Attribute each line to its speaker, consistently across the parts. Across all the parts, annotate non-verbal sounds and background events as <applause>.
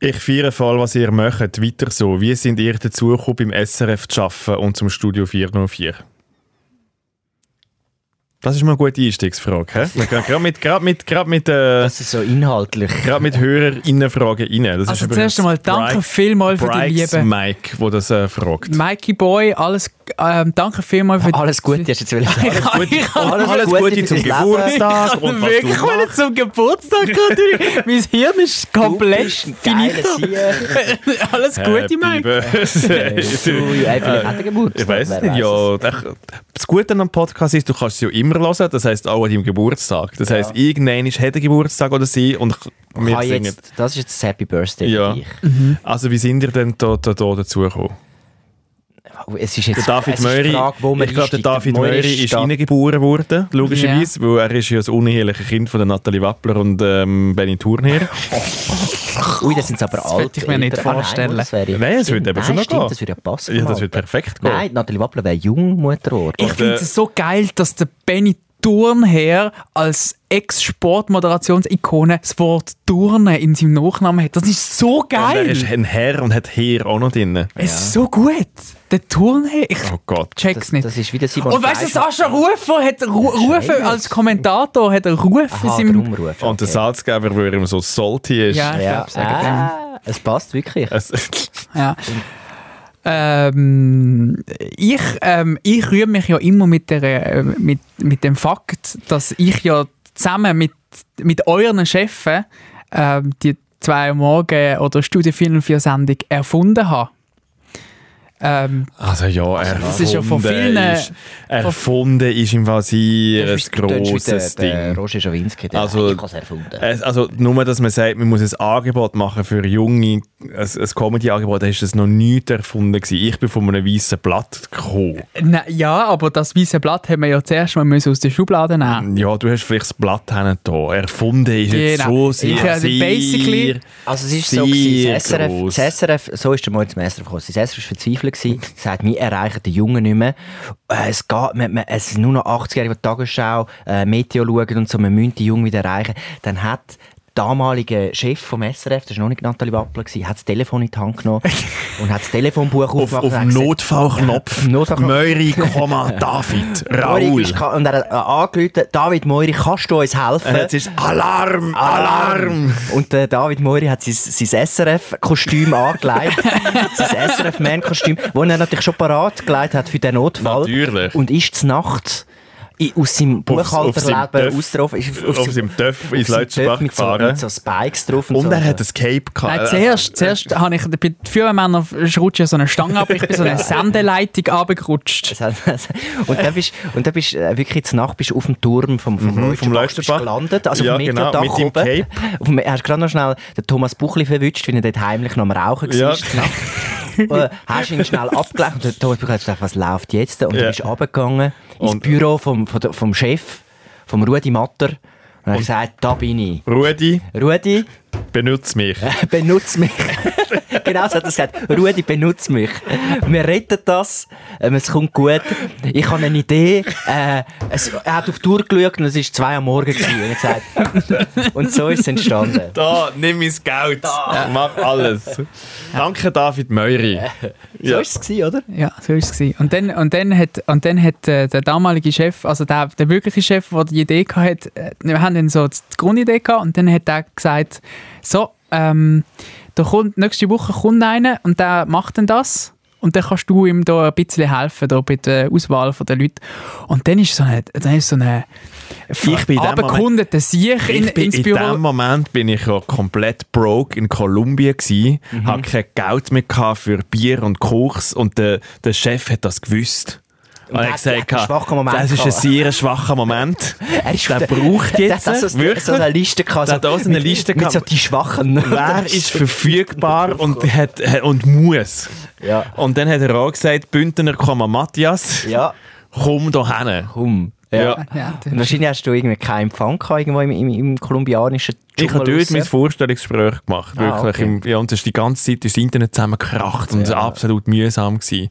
Speaker 1: Ich feiere voll, was ihr macht. Weiter so. Wie sind ihr dazu gekommen, beim SRF zu arbeiten und zum Studio 404? Das ist mal eine gute Einstiegsfrage. hä? Wir gehen gerade mit, gerade mit, gerade mit, äh,
Speaker 2: Das ist so inhaltlich.
Speaker 1: gerade mit Hörerinnenfragen rein. Das
Speaker 3: Also
Speaker 1: ist
Speaker 3: zuerst einmal danke vielmals für die
Speaker 1: Brikes
Speaker 3: Liebe.
Speaker 1: Mike, der das äh, fragt.
Speaker 3: Mikey Boy, alles, ähm, danke vielmals für
Speaker 2: Ah, Alles Gute hast du jetzt
Speaker 3: <laughs> Ich
Speaker 2: wollen
Speaker 3: kann- ich
Speaker 1: Und
Speaker 3: kann-
Speaker 2: Alles
Speaker 1: alles
Speaker 2: Gute
Speaker 1: Gute
Speaker 2: für
Speaker 1: zum
Speaker 2: dein Leben.
Speaker 1: Geburtstag und
Speaker 3: ich
Speaker 1: was
Speaker 3: kann
Speaker 1: du
Speaker 3: wirklich wollen
Speaker 1: machst.
Speaker 2: <laughs>
Speaker 3: zum Geburtstag natürlich. Mein Hirn ist komplett finito. <laughs> Alles Gute, Mike.
Speaker 1: Mike.
Speaker 2: Äh,
Speaker 1: Ich weiß es nicht, ja. Ach, Das Gute am Podcast ist, du kannst es ja immer hören, das heisst auch an deinem Geburtstag. Das heisst, irgendwann ist hat er Geburtstag oder sie und wir
Speaker 2: Ah,
Speaker 1: singen.
Speaker 2: jetzt, das ist jetzt das Happy Birthday
Speaker 1: Ja.
Speaker 2: für dich.
Speaker 1: Also wie sind ihr denn da, da, da dazugekommen?
Speaker 2: Oh, Es ist jetzt
Speaker 1: Der David
Speaker 2: es ist die
Speaker 1: Möri,
Speaker 2: Frage, wo man
Speaker 1: ich glaube, der
Speaker 2: einsteigt.
Speaker 1: David
Speaker 2: Möri
Speaker 1: Möri ist
Speaker 2: da-
Speaker 1: reingeboren worden, logischerweise, weil er ist ja das uneheliche Kind von der Nathalie Wappler und ähm, Benny Thurnherr.
Speaker 2: Ui, das sind aber
Speaker 3: Das
Speaker 2: alte
Speaker 3: könnte ich mir nicht
Speaker 2: Eltern. Ah,
Speaker 3: vorstellen.
Speaker 2: das wäre ja-
Speaker 1: Nein, das würde
Speaker 2: Stimmt,
Speaker 1: eben schon
Speaker 2: nein,
Speaker 1: noch
Speaker 2: stimmt,
Speaker 1: gehen.
Speaker 2: Das würde ja passen.
Speaker 1: Ja, das
Speaker 2: Alter.
Speaker 1: würde perfekt gehen.
Speaker 2: Nein, Nathalie Wappler wäre Jungmutter geworden.
Speaker 3: Ich finde
Speaker 1: äh,
Speaker 3: es so geil, dass der Benny Turnherr als Ex-Sportmoderationsikone das Wort Turnen in seinem Nachnamen hat. Das ist so
Speaker 1: Und er
Speaker 3: geil.
Speaker 1: ist ein Herr und hat Heer auch noch drin.
Speaker 3: Es ist so gut. Der Turnherr, ich
Speaker 1: Oh Gott.
Speaker 3: check's
Speaker 2: das,
Speaker 3: nicht. Oh,
Speaker 2: das ist wieder Simon
Speaker 3: Und weißt du,
Speaker 2: Fleischmann.
Speaker 3: Sascha Rufer hat Ru Rufer
Speaker 2: Scheiße.
Speaker 3: als Kommentator hat einen Ruf in
Speaker 2: Aha,
Speaker 3: seinem...
Speaker 2: darum ruft er.
Speaker 1: Und der Salzgeber, weil er ihm so salty ist.
Speaker 3: Ja, ich
Speaker 2: Ja,
Speaker 3: glaube, sagen
Speaker 2: ah, es passt wirklich.
Speaker 1: Es- <laughs>
Speaker 3: dem. Ja. Ähm, ich ähm, ich rühre mich ja immer mit, der, äh, mit, mit dem Fakt, dass ich ja zusammen mit, mit euren Chefen ähm, die zwei am Morgen oder Studie 404 Sendung erfunden habe. Ähm,
Speaker 1: also ja, erfunden
Speaker 3: das ist ja von vielen-
Speaker 1: Ist, erfunden ist im Fall sehr ein grosses
Speaker 2: Der
Speaker 1: Ding.
Speaker 2: Roger Schawinski, der
Speaker 1: Also-
Speaker 2: also, ich habe es erfunden.
Speaker 1: Es- Also nur, dass man sagt, man muss ein Angebot machen für junge, ein, ein Comedy-Angebot, da ist das noch nicht erfunden gewesen. Ich bin von einem weißen Blatt gekommen.
Speaker 3: na, ne, ja, aber das weiße Blatt haben wir ja zuerst mal müssen aus der Schublade nehmen.
Speaker 1: Ja, du hast vielleicht das Blatt hinten da. Erfunden ist jetzt
Speaker 3: Genau.
Speaker 1: so sehr,
Speaker 3: Ich- also
Speaker 1: sehr
Speaker 3: basically-
Speaker 2: Also es ist
Speaker 1: sehr
Speaker 2: so, gewesen, das SRF,
Speaker 1: gross.
Speaker 2: das SRF, so ist der Morgen zum SRF gekommen. Das SRF war verzweifelt, gewesen. es hat mich erreichen die Jungen nicht mehr. Äh, Es, geht, man, man, es sind nur noch 80-Jährige, die Tagesschau, äh, Meteo schauen und so, man müssen die Jungen wieder erreichen. Dann hat der damalige Chef vom SRF, das war noch nicht Nathalie Wappler, gewesen, hat das Telefon in die
Speaker 1: <laughs>
Speaker 2: Hand genommen und hat das Telefonbuch
Speaker 1: Auf, auf
Speaker 2: aufgemacht. und hat
Speaker 1: dem
Speaker 2: gesagt,
Speaker 1: Notfallknopf.
Speaker 2: Auf dem Notfallknopf.
Speaker 1: Möri, Komma, <laughs> David,
Speaker 2: Moiri
Speaker 1: Raul.
Speaker 2: ist ka- Und er hat äh, angerufen, David Moiri, kannst du uns helfen?
Speaker 1: Und jetzt ist Alarm, Alarm.
Speaker 2: Und der David Moiri hat sein, sein
Speaker 1: <laughs>
Speaker 2: SRF-Kostüm angelegt. sein SRF-Man-Kostüm, das er natürlich schon parat gelegt hat für den Notfall.
Speaker 1: Natürlich.
Speaker 2: Und ist zur Nacht i- aus seinem
Speaker 1: Aufs- auf seinem
Speaker 2: Buchhalterleben
Speaker 1: Töff-
Speaker 2: ausgetroffen. Ist
Speaker 1: auf seinem Töff ins
Speaker 2: seinem
Speaker 1: Leutschenbach
Speaker 2: Töff mit so-
Speaker 1: gefahren.
Speaker 2: Mit so Spikes drauf.
Speaker 1: Und
Speaker 2: so.
Speaker 1: er hat ein Cape gehabt. Also,
Speaker 3: Nein, zuerst,
Speaker 1: äh,
Speaker 3: zuerst habe ich bei den Feuermännern rutscht ja so eine Stange ab, ich bin so
Speaker 1: <laughs>
Speaker 3: eine Sendeleitung runtergerutscht.
Speaker 2: Das hat- <laughs> und dann bist und dann bist äh, wirklich zur Nacht bist du auf dem Turm vom vom, mhm,
Speaker 1: vom Leutschenbach.
Speaker 2: gelandet also
Speaker 1: Ja,
Speaker 2: auf dem
Speaker 1: genau,
Speaker 2: Meteordach
Speaker 1: mit dem
Speaker 2: oben auf dem, hast gerade noch schnell den Thomas Buchli verwünscht wenn er dort heimlich noch am Rauchen
Speaker 1: Ja.
Speaker 2: war
Speaker 1: <laughs>
Speaker 2: Äh, hast ihn schnell abgelenkt und der Thomas Buchli hat gesagt was läuft jetzt und
Speaker 1: Ja.
Speaker 2: du bist runtergegangen ins
Speaker 1: Und-
Speaker 2: Büro vom, vom, vom Chef vom Rudi Matter und er hat gesagt da bin ich
Speaker 1: Rudi,
Speaker 2: Rudi
Speaker 1: benutze mich.
Speaker 2: <laughs> benutz mich. genau so hat er es gesagt. Rudi, benutz mich. Wir retten das. Ähm, Es kommt gut. Ich habe eine Idee. Äh, es, er hat auf die Uhr geschaut und es war zwei am Morgen. Gewesen. Und, er hat gesagt, und so ist es entstanden.
Speaker 1: Da, nimm mein Geld. Mach alles. Danke, David Meury.
Speaker 2: So
Speaker 1: Ja.
Speaker 2: war es, gewesen, oder?
Speaker 3: Ja, so war es. Und dann, und dann hat, und dann hat äh, der damalige Chef, also der, der wirkliche Chef, der die Idee hatte, äh, wir haben dann so die Grundidee gehabt und dann hat er gesagt, so, ähm, da kommt, nächste Woche kommt einer und der macht dann das und dann kannst du ihm da ein bisschen helfen, da bei der Auswahl der Leute. Und dann ist so eine, dann ist so eine
Speaker 1: Ich bin in dem
Speaker 2: Ah,
Speaker 3: abgekundete Sieg in,
Speaker 1: Ich bin,
Speaker 3: ins
Speaker 1: in
Speaker 3: Büro.
Speaker 1: dem Moment bin ich ja komplett broke in Kolumbien gsi,
Speaker 2: Mhm.
Speaker 1: hab kein Geld mehr gehabt für Bier und Koks und der, der Chef hat das gewusst. Und
Speaker 2: er
Speaker 1: er hat
Speaker 2: hat- er
Speaker 1: gesagt,
Speaker 2: hat einen schwachen Moment
Speaker 1: das ist ein
Speaker 2: gehabt.
Speaker 1: sehr schwacher Moment.
Speaker 2: <laughs> Er ist
Speaker 1: Der braucht jetzt
Speaker 2: Der hat so,
Speaker 1: wirklich?
Speaker 2: so eine Liste gehabt.
Speaker 1: Der hat auch so eine
Speaker 2: mit-
Speaker 1: Liste
Speaker 2: Mit so
Speaker 1: gehabt.
Speaker 2: die Schwachen. <laughs>
Speaker 1: Wer ist verfügbar und, hat, hat- und muss?
Speaker 2: Ja.
Speaker 1: Und dann hat er auch gesagt, Bündner, komm, Matthias,
Speaker 2: Ja,
Speaker 1: komm da hin.
Speaker 2: komm.
Speaker 1: Ja.
Speaker 3: Ja,
Speaker 2: Und
Speaker 3: das-
Speaker 2: wahrscheinlich hast du irgendwie keinen Empfang gehabt, irgendwo im, im, im kolumbianischen
Speaker 1: Ich habe dort mein Vorstellungsgespräch gemacht.
Speaker 2: Ah,
Speaker 1: wirklich.
Speaker 2: okay.
Speaker 1: Im, ja, und es ist die ganze Zeit ist das Internet zusammengekracht und es war absolut mühsam. Gewesen.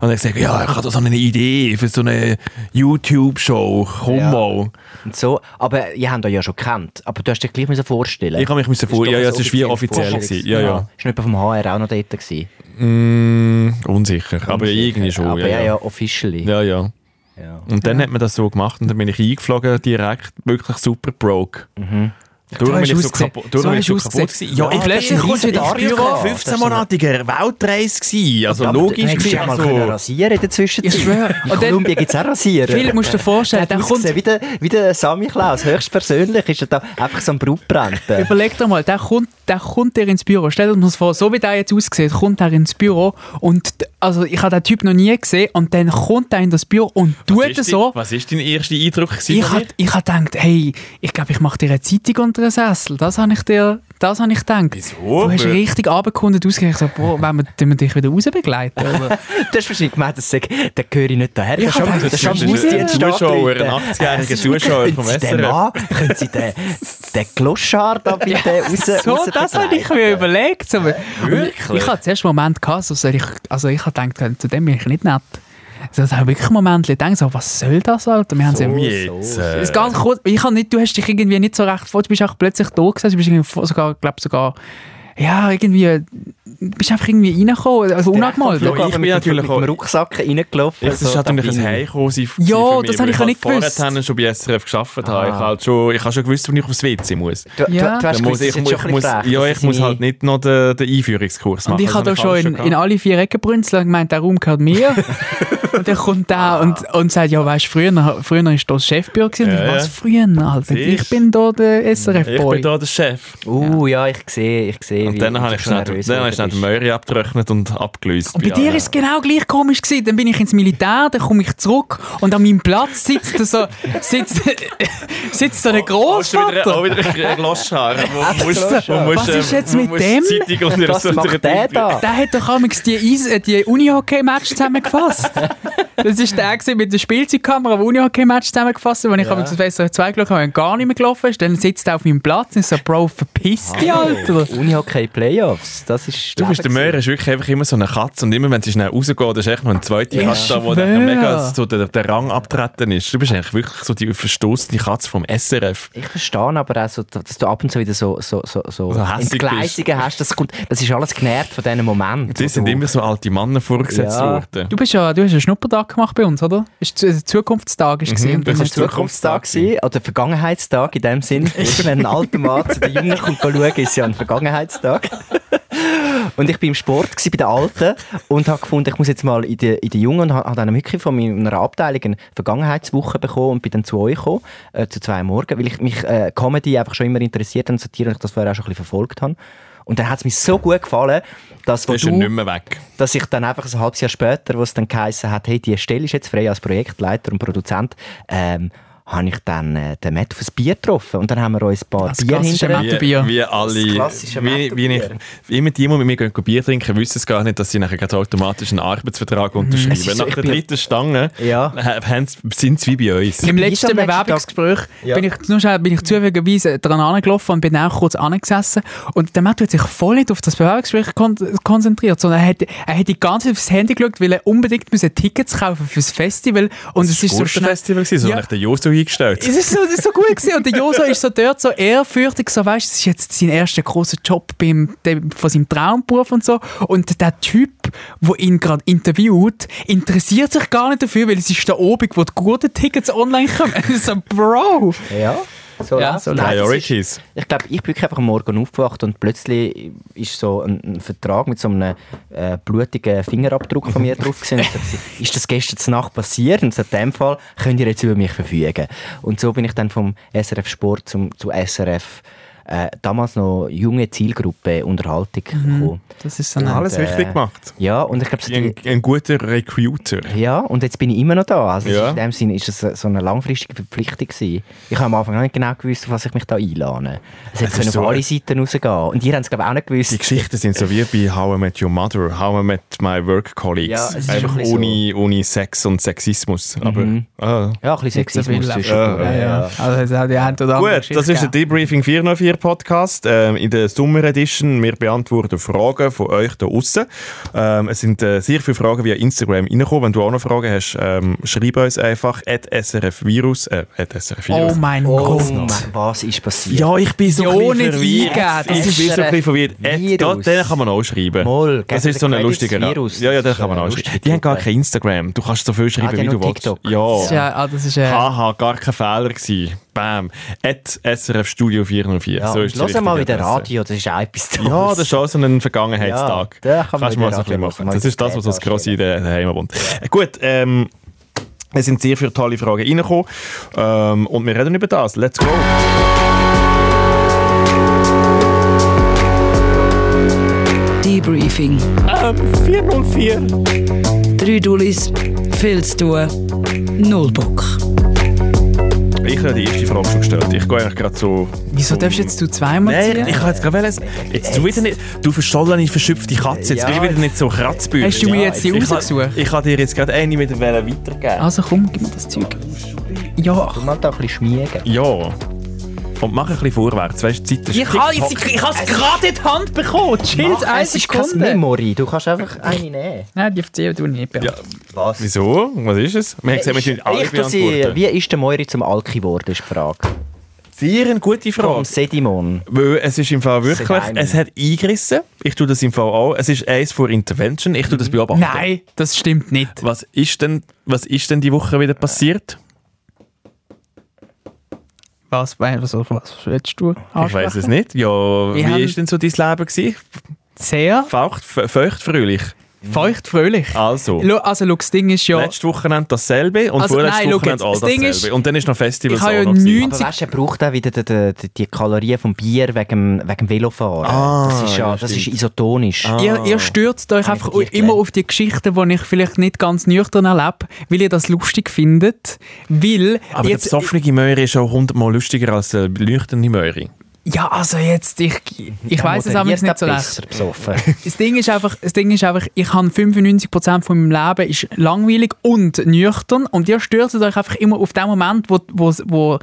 Speaker 1: Und er gesagt, ja, ich habe da so eine Idee für so eine YouTube-Show. Komm
Speaker 2: Ja.
Speaker 1: mal.
Speaker 2: Und so, aber ihr habt euch ja schon kennt. Aber du hast dich gleich müssen vorstellen.
Speaker 1: Ich habe mich müssen
Speaker 2: Das ist
Speaker 1: vor...
Speaker 2: doch
Speaker 1: Ja,
Speaker 2: ein
Speaker 1: ja, es war wie
Speaker 2: offizielles
Speaker 1: offiziell.
Speaker 2: Vorstellungs-
Speaker 1: Gewesen. Ja, ja.
Speaker 2: Ist nicht jemand vom HR auch noch dort gewesen?
Speaker 1: Mm, unsicher. Aber irgendwie schon.
Speaker 2: Aber
Speaker 1: Ja,
Speaker 2: ja,
Speaker 1: ja.
Speaker 2: officially.
Speaker 1: ja, ja.
Speaker 2: Ja.
Speaker 1: Und dann hat man das so gemacht und dann bin ich eingeflogen direkt, wirklich super broke.
Speaker 2: Mhm.
Speaker 1: Darum
Speaker 3: So
Speaker 1: bin ich
Speaker 3: hast
Speaker 1: so
Speaker 3: du ausgesehen.
Speaker 1: kaputt. darum
Speaker 3: So
Speaker 1: bin ich
Speaker 3: hast
Speaker 1: so
Speaker 3: du
Speaker 1: kaputt
Speaker 3: ausgesehen.
Speaker 1: gewesen. Ja,
Speaker 2: Ja,
Speaker 1: ich
Speaker 3: plötzlich
Speaker 1: plötzlich
Speaker 3: kommst du wieder
Speaker 1: ich
Speaker 3: ins
Speaker 1: war
Speaker 3: Büro.
Speaker 1: 15-monatiger Weltreis. Gewesen. Also
Speaker 2: Aber
Speaker 1: logisch.
Speaker 2: Du musst
Speaker 1: gewesen,
Speaker 2: ja mal
Speaker 1: also.
Speaker 2: können rasieren in der Zwischenzeit.
Speaker 3: Ich schwöre.
Speaker 2: In
Speaker 3: Und dann-
Speaker 2: Kolumbien gibt es auch Rasieren.
Speaker 3: Phil, musst du dir vorstellen,
Speaker 2: Der
Speaker 3: dann
Speaker 2: hat
Speaker 3: kommt,
Speaker 2: ausgesehen wie der, wie der Sammy Klaus. Höchstpersönlich ist er da einfach so
Speaker 1: <laughs>
Speaker 2: ein Brutbrand.
Speaker 3: überleg dir mal, der kommt, der kommt dir ins Büro. Stell dir das vor, so wie der jetzt aussieht, kommt er ins Büro und, d- also ich habe den Typ noch nie gesehen und dann kommt er in das Büro und
Speaker 1: Was
Speaker 3: tut
Speaker 1: ist
Speaker 3: so.
Speaker 1: dein- Was ist dein erster Eindruck? gewesen
Speaker 3: Ich
Speaker 1: von
Speaker 3: habe
Speaker 1: mir?
Speaker 3: ich hab gedacht, hey, ich glaube, ich mache dir eine Zeitung unter den Sessel. Das habe ich dir das hab ich gedacht.
Speaker 1: Wieso?
Speaker 3: Du hast
Speaker 1: Aber-
Speaker 3: richtig abgekundet ausgegeben. Ich so, boah, wenn wir, wenn wir dich wieder rausbegleiten.
Speaker 1: <laughs>
Speaker 3: oder?
Speaker 2: Du hast wahrscheinlich gemeint, das sei, der gehöre ich nicht daher.
Speaker 3: Ich hab gedacht,
Speaker 1: Das
Speaker 2: das
Speaker 1: ist
Speaker 2: ist am
Speaker 1: ein
Speaker 2: Hausdienst
Speaker 1: Zuschauer, ein
Speaker 2: angerufen.
Speaker 1: 80-jähriger Zuschauer vom
Speaker 2: Können Sie den
Speaker 1: SRF.
Speaker 2: Mann, können Sie den, den Kloschar da bitte raus,
Speaker 3: so, das habe ich mir überlegt. So,
Speaker 1: Wirklich?
Speaker 3: Ich hatte zuerst einen Moment, gehabt, so, soll ich, also ich habe gedacht, zu dem bin ich nicht nett. Also, ich habe wirklich einen Moment gedacht, so, was soll das, Alter? Wir haben sie-
Speaker 2: So.
Speaker 1: Jetzt.
Speaker 2: So.
Speaker 3: Es ist
Speaker 1: äh,
Speaker 3: ganz kurz, ich hab nicht, du hast dich irgendwie nicht so recht vor, du bist auch plötzlich da gewesen, du bist irgendwie vor- sogar, glaub sogar, ja, irgendwie, du bist einfach irgendwie reingekommen, also unangemeldet.
Speaker 1: Flughafen
Speaker 2: Ich bin natürlich auch... Mit dem Rucksack reingelaufen.
Speaker 1: Ja, das ist
Speaker 2: so,
Speaker 1: natürlich
Speaker 2: da
Speaker 1: ein
Speaker 2: bin ich.
Speaker 1: Heimkommen sein für für
Speaker 3: Ja,
Speaker 1: mich, weil
Speaker 3: das habe ich ja nicht
Speaker 1: vorher
Speaker 3: gewusst.
Speaker 1: vorher schon bei SRF gearbeitet habe. Ich
Speaker 2: Ah.
Speaker 1: habe halt schon, ich habe schon gewusst, wo ich aufs WC muss.
Speaker 2: Du, du,
Speaker 3: Ja.
Speaker 2: du hast
Speaker 1: Dann muss
Speaker 2: gewusst,
Speaker 1: ich,
Speaker 2: das ist
Speaker 1: ich
Speaker 2: schon ein
Speaker 1: muss,
Speaker 2: bisschen frech,
Speaker 1: ja,
Speaker 2: dass
Speaker 1: ich
Speaker 2: sie
Speaker 1: muss
Speaker 2: meine-
Speaker 1: halt nicht noch den, den Einführungskurs machen.
Speaker 3: Und ich
Speaker 1: Das
Speaker 3: habe da schon
Speaker 1: alles
Speaker 3: in, in
Speaker 1: gehabt.
Speaker 3: alle vier Ecken brünzeln und gemeint, der Raum
Speaker 1: <laughs>
Speaker 3: gehört mir. und dann kommt der und, und sagt, ja weißt du, früher, früher ist das Chefbüro gewesen. Und
Speaker 1: Ja,
Speaker 3: ich,
Speaker 1: ja.
Speaker 3: was früher, Alter?
Speaker 1: Siehst.
Speaker 3: Ich bin da der
Speaker 1: Ich
Speaker 3: SRF-Boy.
Speaker 1: bin da der Chef.
Speaker 2: Uh, ja, ich sehe, ich sehe. wie-
Speaker 1: Und dann
Speaker 2: wie
Speaker 1: habe
Speaker 2: du
Speaker 1: ich
Speaker 2: so
Speaker 1: schnell,
Speaker 2: nervös
Speaker 1: dann habe ich schnell den
Speaker 2: geworden
Speaker 1: Möhri abgetrocknet und abgelöst.
Speaker 3: Und bei dir ist es genau gleich komisch gewesen. Dann bin ich ins Militär, dann komme ich zurück und an meinem Platz sitzt da so, sitzt, <laughs> sitzt so ein
Speaker 1: Hast du wieder, auch
Speaker 3: Großvater.
Speaker 1: wieder ein Gloschhaar?
Speaker 2: <laughs>
Speaker 1: Wo, musst- wo,
Speaker 2: Gloschhaar.
Speaker 1: musst-
Speaker 3: Was ist
Speaker 1: äh,
Speaker 3: jetzt
Speaker 1: wo
Speaker 3: mit
Speaker 1: musst
Speaker 3: dem?
Speaker 1: die Zeitung und
Speaker 2: bist.
Speaker 1: so-
Speaker 2: Was macht der
Speaker 1: Ah.
Speaker 2: da?
Speaker 3: Der hat doch amigs die, Eis- äh, die Unihockey-Match zusammengefasst. Das war der gewesen mit der Spielzeugkamera, der Unihockey-Match zusammengefasst hat. Wenn ich amigs auf SRF 2 geschaut habe, und gar nicht mehr gelaufen ist, dann sitzt er auf meinem Platz und ich so, Bro, verpiss
Speaker 1: Ah.
Speaker 3: dich, Alter.
Speaker 2: Unihockey Playoffs, das ist.
Speaker 1: Du bist der
Speaker 2: Leben
Speaker 1: Möhrer, ist wirklich einfach immer so eine Katze und immer wenn sie schnell rausgeht, ist echt noch eine zweite
Speaker 3: Ich
Speaker 1: Katze da, wo
Speaker 3: schwöre.
Speaker 1: der mega so der, der Rang abtreten ist. Du bist eigentlich wirklich so die verstoßene Katze vom SRF.
Speaker 2: Ich verstehe aber auch, so, dass du ab und zu wieder so, so, so, so
Speaker 1: So hässig
Speaker 2: Entgleisungen hast. Das, kommt, das ist alles genährt von diesem Moment.
Speaker 1: Die
Speaker 2: wo
Speaker 1: sind
Speaker 2: du-
Speaker 1: immer so alte Männer vorgesetzt
Speaker 2: Ja.
Speaker 1: worden.
Speaker 3: Du, bist ja, du hast einen Schnuppertag gemacht bei uns, oder? Ist zu- der Zukunftstag ist gewesen. Und
Speaker 1: Mhm, das
Speaker 3: dann
Speaker 1: ist
Speaker 3: hast du-
Speaker 2: Zukunftstag sein, oder Vergangenheitstag in dem Sinn. Wenn ein alter Mann zu den Jungen kommt schauen, ist ja ein Vergangenheitstag. <laughs> Und ich war im Sport, gewesen, bei den Alten, und habe gefunden, ich muss jetzt mal in die, in die Jungen, und habe dann wirklich von meiner Abteilung eine Vergangenheitswoche bekommen und bin dann zu euch gekommen, äh, zu zwei am Morgen, weil ich mich äh, Comedy einfach schon immer interessiert habe, und sortiert und ich das vorher auch schon ein bisschen verfolgt habe. Und dann hat es mir so gut gefallen, dass, wo
Speaker 1: Das ist ja
Speaker 2: du-
Speaker 1: nicht mehr weg.
Speaker 2: dass ich dann einfach ein halbes Jahr später, wo es dann geheißen hat, hey, die Stelle ist jetzt frei als Projektleiter und Produzent, ähm, habe ich dann äh, den Matt fürs Bier getroffen und dann haben wir uns ein paar
Speaker 3: Das
Speaker 2: Bier
Speaker 3: klassische
Speaker 2: hinterher.
Speaker 1: Wie,
Speaker 3: Mattenbier.
Speaker 1: wie alle,
Speaker 2: Das klassische
Speaker 1: wie, wie ich,
Speaker 2: Mattenbier.
Speaker 1: wie immer die, die mit mir gehen Bier trinken, wissen es gar nicht, dass sie nachher gerade automatisch einen Arbeitsvertrag unterschreiben.
Speaker 2: Mhm. Es ist so,
Speaker 1: Nach
Speaker 2: ich
Speaker 1: der
Speaker 2: bin-
Speaker 1: dritten Stange
Speaker 2: Ja.
Speaker 1: ha- haben sie- sind sie wie bei uns.
Speaker 3: Im
Speaker 2: Wie
Speaker 3: letzten
Speaker 2: am nächsten
Speaker 3: Bewerbungsgespräch
Speaker 2: Ja.
Speaker 3: bin ich nur schnell, bin ich zufälligerweise dran angelaufen und bin auch kurz angesessen. Und der Matt hat sich voll nicht auf das Bewerbungsgespräch kon konzentriert, sondern er hat, er hat die ganze Zeit aufs Handy geschaut, weil er unbedingt müssen Tickets kaufen fürs Festival. Und es ist
Speaker 1: Das
Speaker 3: so
Speaker 1: war ein
Speaker 3: schnell.
Speaker 1: Festival, gewesen, so
Speaker 3: Ja.
Speaker 1: habe ich den Josu eingestellt.
Speaker 3: Es ist so, es ist so gut gewesen. Und der Josa ist so dort so ehrfürchtig, so weißt, es ist jetzt sein erster großer Job beim, dem, von seinem Traumberuf und so. Und der Typ, wo ihn gerade interviewt, interessiert sich gar nicht dafür, weil es ist der Obig, wo die guten Tickets online kommen. <laughs> so, Bro!
Speaker 2: Ja, so
Speaker 3: Ja,
Speaker 2: läuft's.
Speaker 3: so
Speaker 2: Nein, das ist-
Speaker 1: Priorities.
Speaker 2: Ich glaube, ich bin wirklich einfach am Morgen aufgewacht und plötzlich ist so ein, ein Vertrag mit so einem äh, blutigen Fingerabdruck von mir drauf gewesen. Und ich dachte, <laughs> Ist das gestern zur Nacht passiert? Und in dem Fall könnt ihr jetzt über mich verfügen. Und so bin ich dann vom SRF Sport zum, zu SRF äh, damals noch junge Zielgruppe Unterhaltung gekommen.
Speaker 3: Das ist so eine
Speaker 1: Alles richtig gemacht.
Speaker 2: Ja, und ich glaube, so die-
Speaker 1: Ein, ein guter Recruiter.
Speaker 2: ja, und jetzt bin ich immer noch da. Also es
Speaker 1: Ja.
Speaker 2: ist in dem Sinne ist es so eine langfristige Verpflichtung gewesen. Ich habe am Anfang noch nicht genau gewusst, auf was ich mich da einlade. Es hätte
Speaker 1: ist
Speaker 2: können auf
Speaker 1: so-
Speaker 2: alle Seiten rausgehen. Und ihr habt es glaube ich auch nicht gewusst.
Speaker 1: Die Geschichten sind so wie bei How I Met Your Mother, How I Met My Work
Speaker 2: Ja,
Speaker 1: Colleagues.
Speaker 2: es ist
Speaker 1: Einfach
Speaker 2: ein bisschen
Speaker 1: ohne, ohne Sex und Sexismus. Aber ah.
Speaker 2: ja, ein bisschen
Speaker 3: Nicht so
Speaker 2: Sexismus
Speaker 3: viel
Speaker 2: ist
Speaker 3: Leben.
Speaker 2: schon
Speaker 1: Ja,
Speaker 2: drin,
Speaker 3: Ja, ja. Also, es hat die eine oder andere
Speaker 1: gut,
Speaker 3: Geschichte
Speaker 1: das ist der
Speaker 3: gegeben.
Speaker 1: Debriefing 404. Podcast ähm, in der Summer Edition. Wir beantworten Fragen von euch da außen. Ähm, es sind äh, sehr viele Fragen via Instagram reingekommen. Wenn du auch noch Fragen hast, ähm, schreib uns einfach at srfvirus. Äh, at
Speaker 3: Oh
Speaker 1: srfvirus.
Speaker 3: mein
Speaker 2: Oh,
Speaker 3: Gott.
Speaker 2: Mann, was ist passiert?
Speaker 1: ja, ich bin so
Speaker 3: Ja,
Speaker 1: ein
Speaker 3: nicht
Speaker 1: bisschen verwirrt.
Speaker 3: eingeben,
Speaker 1: Ich
Speaker 3: das
Speaker 1: bin
Speaker 2: ist
Speaker 1: so ein bisschen
Speaker 2: ein
Speaker 1: verwirrt. At, da,
Speaker 2: Virus.
Speaker 1: den kann man auch schreiben.
Speaker 2: Moll,
Speaker 1: das
Speaker 2: geben
Speaker 1: ist so
Speaker 2: den
Speaker 1: ein
Speaker 2: Credits
Speaker 1: lustiger
Speaker 2: Virus.
Speaker 1: Ja, ja,
Speaker 2: Das
Speaker 1: den
Speaker 2: ist
Speaker 1: kann man
Speaker 2: eine
Speaker 1: auch
Speaker 2: lustige
Speaker 1: schreiben. Die haben gar
Speaker 2: Gruppe.
Speaker 1: kein Instagram. Du kannst so viel schreiben,
Speaker 2: die
Speaker 1: wie
Speaker 2: haben
Speaker 1: du
Speaker 2: nur
Speaker 1: willst.
Speaker 2: TikTok.
Speaker 3: Das ist ja, ah, das ist ja.
Speaker 1: Haha, gar kein Fehler gewesen. Bam. At SRF Studio 404.
Speaker 2: Ja,
Speaker 1: so
Speaker 2: und
Speaker 1: ist die
Speaker 2: hör mal wieder
Speaker 1: richtige Adresse.
Speaker 2: Radio, das ist auch etwas Tolles.
Speaker 1: Ja, das ist schon so ein Vergangenheitstag.
Speaker 2: Ja, da kann man
Speaker 1: Kannst du mal
Speaker 2: wieder
Speaker 1: so ein bisschen
Speaker 2: Radio
Speaker 1: machen.
Speaker 2: machen.
Speaker 1: Das ist das, was uns
Speaker 2: Ja,
Speaker 1: gross in der Heimat wohnt. Gut, ähm, es sind sehr viele tolle Fragen reingekommen. Ähm, und wir reden über das. Let's go.
Speaker 4: Debriefing.
Speaker 1: 404.
Speaker 4: Drei Dullis, viel zu tun, null Bock.
Speaker 1: Ich habe die erste Frage schon gestellt. Ich gehe eigentlich gerade so...
Speaker 3: Wieso darfst jetzt du zweimal
Speaker 1: Nein, ich
Speaker 3: ziehen?
Speaker 1: habe jetzt gerade... wollen- Jetzt du wieder nicht... Du verschollene, verschüpfte Katze. Jetzt
Speaker 2: Ja,
Speaker 1: will ich wieder nicht so kratzbügeln.
Speaker 3: Hast du mir jetzt die
Speaker 1: Ich ha-
Speaker 3: rausgesucht?
Speaker 1: Ich habe dir jetzt gerade eine wieder wollen weitergeben.
Speaker 3: Also komm, gib mir das Zeug. Ja,
Speaker 2: Man da ein bisschen schmiegen.
Speaker 1: Ja. Und mach ein bisschen vorwärts. Weißt, du, die Zeit ist TikTok.
Speaker 3: ich habe es gerade in die Hand bekommen. Chill,
Speaker 2: Mach, es ist kein Memory, du kannst einfach eine nehmen.
Speaker 3: Nein, die FC du nicht.
Speaker 1: Ja.
Speaker 2: Was?
Speaker 1: Wieso? Was ist es? Wir haben gesagt, wir tun alle
Speaker 2: ich tu sie,
Speaker 1: beantworten.
Speaker 2: wie ist der Moiri zum Alki geworden, ist die Frage.
Speaker 1: Sehr eine gute
Speaker 2: Vom
Speaker 1: Frage.
Speaker 2: Sedimon.
Speaker 1: Weil es ist im Fall
Speaker 2: Das ist
Speaker 1: wirklich,
Speaker 2: ein
Speaker 1: es hat eingerissen. Ich tue das im Fall auch. Es ist eins vor Intervention. Ich tue das beobachten.
Speaker 3: Nein, das stimmt nicht.
Speaker 1: Was ist denn, was ist denn die Woche wieder passiert?
Speaker 3: Was, äh, was, was, was willst du
Speaker 1: Ich weiß es nicht. Ja, wie
Speaker 3: haben-
Speaker 1: ist denn so dein Leben gewesen?
Speaker 3: Sehr
Speaker 1: Feucht, fe- feucht, fröhlich.
Speaker 3: feucht, fröhlich.
Speaker 1: Also.
Speaker 3: Lo- Also, schau, das Ding ist ja...
Speaker 1: Letztes Wochenende dasselbe und
Speaker 3: Also,
Speaker 1: vorletztes
Speaker 3: nein, schau
Speaker 1: Wochenende
Speaker 3: jetzt,
Speaker 1: all
Speaker 3: das Ding
Speaker 1: dasselbe.
Speaker 3: ist,
Speaker 1: und dann ist noch Festival
Speaker 3: ich habe ja
Speaker 2: Aber
Speaker 3: 90...
Speaker 2: weißt du, er braucht auch wieder die, die, die, die Kalorien vom Bier wegen, dem- wegen dem Velofahren.
Speaker 1: Ah,
Speaker 2: das ist ja,
Speaker 1: ja,
Speaker 2: das
Speaker 1: stimmt. Ah.
Speaker 2: ist isotonisch.
Speaker 3: Ihr, ihr stürzt euch einfach
Speaker 2: Irrtümer.
Speaker 3: immer auf die Geschichten, die ich vielleicht nicht ganz nüchtern erlebe, weil ihr das lustig findet. Weil
Speaker 1: Aber
Speaker 3: jetzt,
Speaker 1: der besoffene Möhre ist auch hundertmal lustiger als der nüchterne Möhre.
Speaker 3: ja, also jetzt, ich, ich weiß es aber nicht so recht.
Speaker 2: besser besoffen.
Speaker 3: Das Ding ist einfach, das Ding ist einfach ich habe 95% von meinem Leben ist langweilig und nüchtern und ihr stürzt euch einfach immer auf den Moment, wo, wo, wo,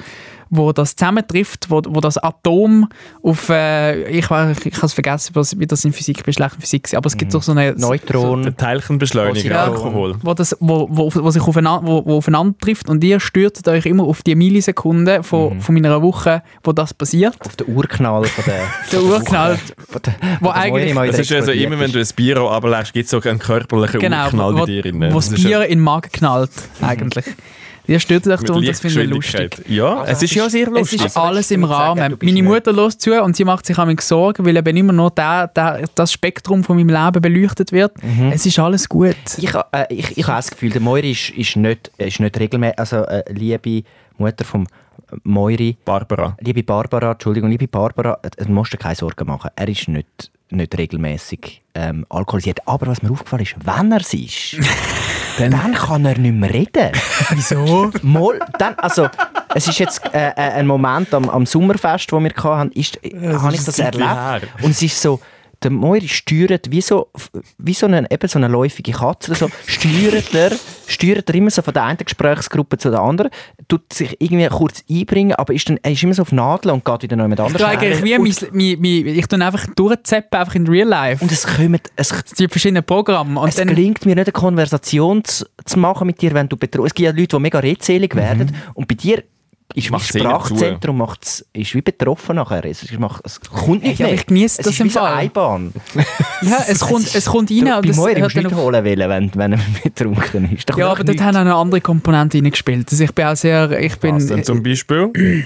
Speaker 3: wo das zusammentrifft, wo, wo das Atom auf, äh, ich, weiß- ich habe es vergessen, was- wie das in Physik, bei schlechter Physik, aber es gibt doch so eine...
Speaker 2: <laughs> Neutron.
Speaker 1: Der Teilchenbeschleuniger,
Speaker 2: Ja.
Speaker 1: Alkohol.
Speaker 3: wo, das, wo, wo, wo sich aufeinander, wo, wo aufeinander trifft und ihr stürzt euch immer auf die Millisekunden von, von meiner Woche, wo das passiert. Genau.
Speaker 2: Auf den Urknall von der.
Speaker 3: <laughs> Der Urknall,
Speaker 2: Von der,
Speaker 3: Wo
Speaker 2: der Moiri
Speaker 3: eigentlich-
Speaker 2: mal
Speaker 1: Das
Speaker 2: wieder
Speaker 1: ist also
Speaker 2: explodiert
Speaker 1: immer, wenn du ein Bier ablässt, gibt es so einen körperlichen
Speaker 3: genau,
Speaker 1: Urknall
Speaker 3: wo,
Speaker 1: bei dir. drin.
Speaker 3: wo das
Speaker 1: ist
Speaker 3: Bier in den Magen knallt, eigentlich. ihr stürzt euch
Speaker 1: mit
Speaker 3: da und das finde ich
Speaker 1: Lichtgeschwindigkeit.
Speaker 3: lustig. Also,
Speaker 1: Ja, es ist ja sehr
Speaker 3: Es
Speaker 1: lustig.
Speaker 3: ist
Speaker 2: Also
Speaker 3: alles
Speaker 2: willst du
Speaker 3: im
Speaker 2: damit sagen,
Speaker 3: Rahmen.
Speaker 2: du bist
Speaker 3: Meine
Speaker 2: nicht-
Speaker 3: Mutter lässt zu und sie macht sich an Sorgen, weil eben immer nur der, der, das Spektrum von meinem Leben beleuchtet wird. Es ist alles gut.
Speaker 2: Ich, ha- äh, ich, ich habe das Gefühl, der Moiri ist, ist nicht, ist nicht regelmäßig. Also, äh, liebe Mutter vom Moiri,
Speaker 1: Barbara.
Speaker 2: liebe Barbara, Entschuldigung, liebe Barbara, äh, du musst dir keine Sorgen machen. Er ist nicht, nicht regelmäßig ähm, alkoholisiert. Aber was mir aufgefallen ist, wenn er es ist, dann, kann er nicht mehr reden.
Speaker 3: Wieso?
Speaker 2: Mal, dann, also, es ist jetzt äh, äh, ein Moment am, am Sommerfest, wo wir hatten, ist, äh, habe ich
Speaker 1: ist
Speaker 2: das
Speaker 1: ein Zeitchen
Speaker 2: erlebt. Und es ist so, der Moiri steuert wie so, wie so eine, eben so eine läufige Katze oder so, steuert er, steuert er immer so von der einen Gesprächsgruppe zu der anderen, tut sich irgendwie kurz einbringen, aber ist, dann, er ist immer so auf Nadeln und geht wieder noch jemand
Speaker 3: Ich tue
Speaker 2: anderes.
Speaker 3: eigentlich wie
Speaker 2: und,
Speaker 3: mein, mein, mein, ich tue einfach durchzappen, einfach in real life.
Speaker 2: und es kommen, es,
Speaker 3: Es gibt verschiedene Programme. Und
Speaker 2: es
Speaker 3: dann,
Speaker 2: gelingt mir nicht, eine Konversation zu, zu machen mit dir, wenn du betroffen Es gibt ja Leute, die mega redselig werden und bei dir ist mein
Speaker 1: Macht's ihnen
Speaker 2: Sprachzentrum macht's, ist wie betroffen nachher. Es, ist- macht- es kommt nicht
Speaker 3: Ja, aber
Speaker 2: mehr.
Speaker 3: ich geniesse
Speaker 2: es
Speaker 3: das
Speaker 2: ist
Speaker 3: im
Speaker 2: wie so
Speaker 3: Fall.
Speaker 2: eine Einbahn.
Speaker 3: ja, es kommt, es kommt rein.
Speaker 2: du,
Speaker 3: und
Speaker 2: bei
Speaker 3: es
Speaker 2: Moira
Speaker 3: hört
Speaker 2: musst du
Speaker 3: dann
Speaker 2: nicht
Speaker 3: auf-
Speaker 2: holen wollen, wenn, wenn er betrunken ist. Da kommt
Speaker 3: ja,
Speaker 2: auch
Speaker 3: aber dort
Speaker 2: nichts.
Speaker 3: haben auch noch andere Komponenten reingespielt. Also ich bin auch sehr... Ich bin...
Speaker 1: Was denn zum Beispiel?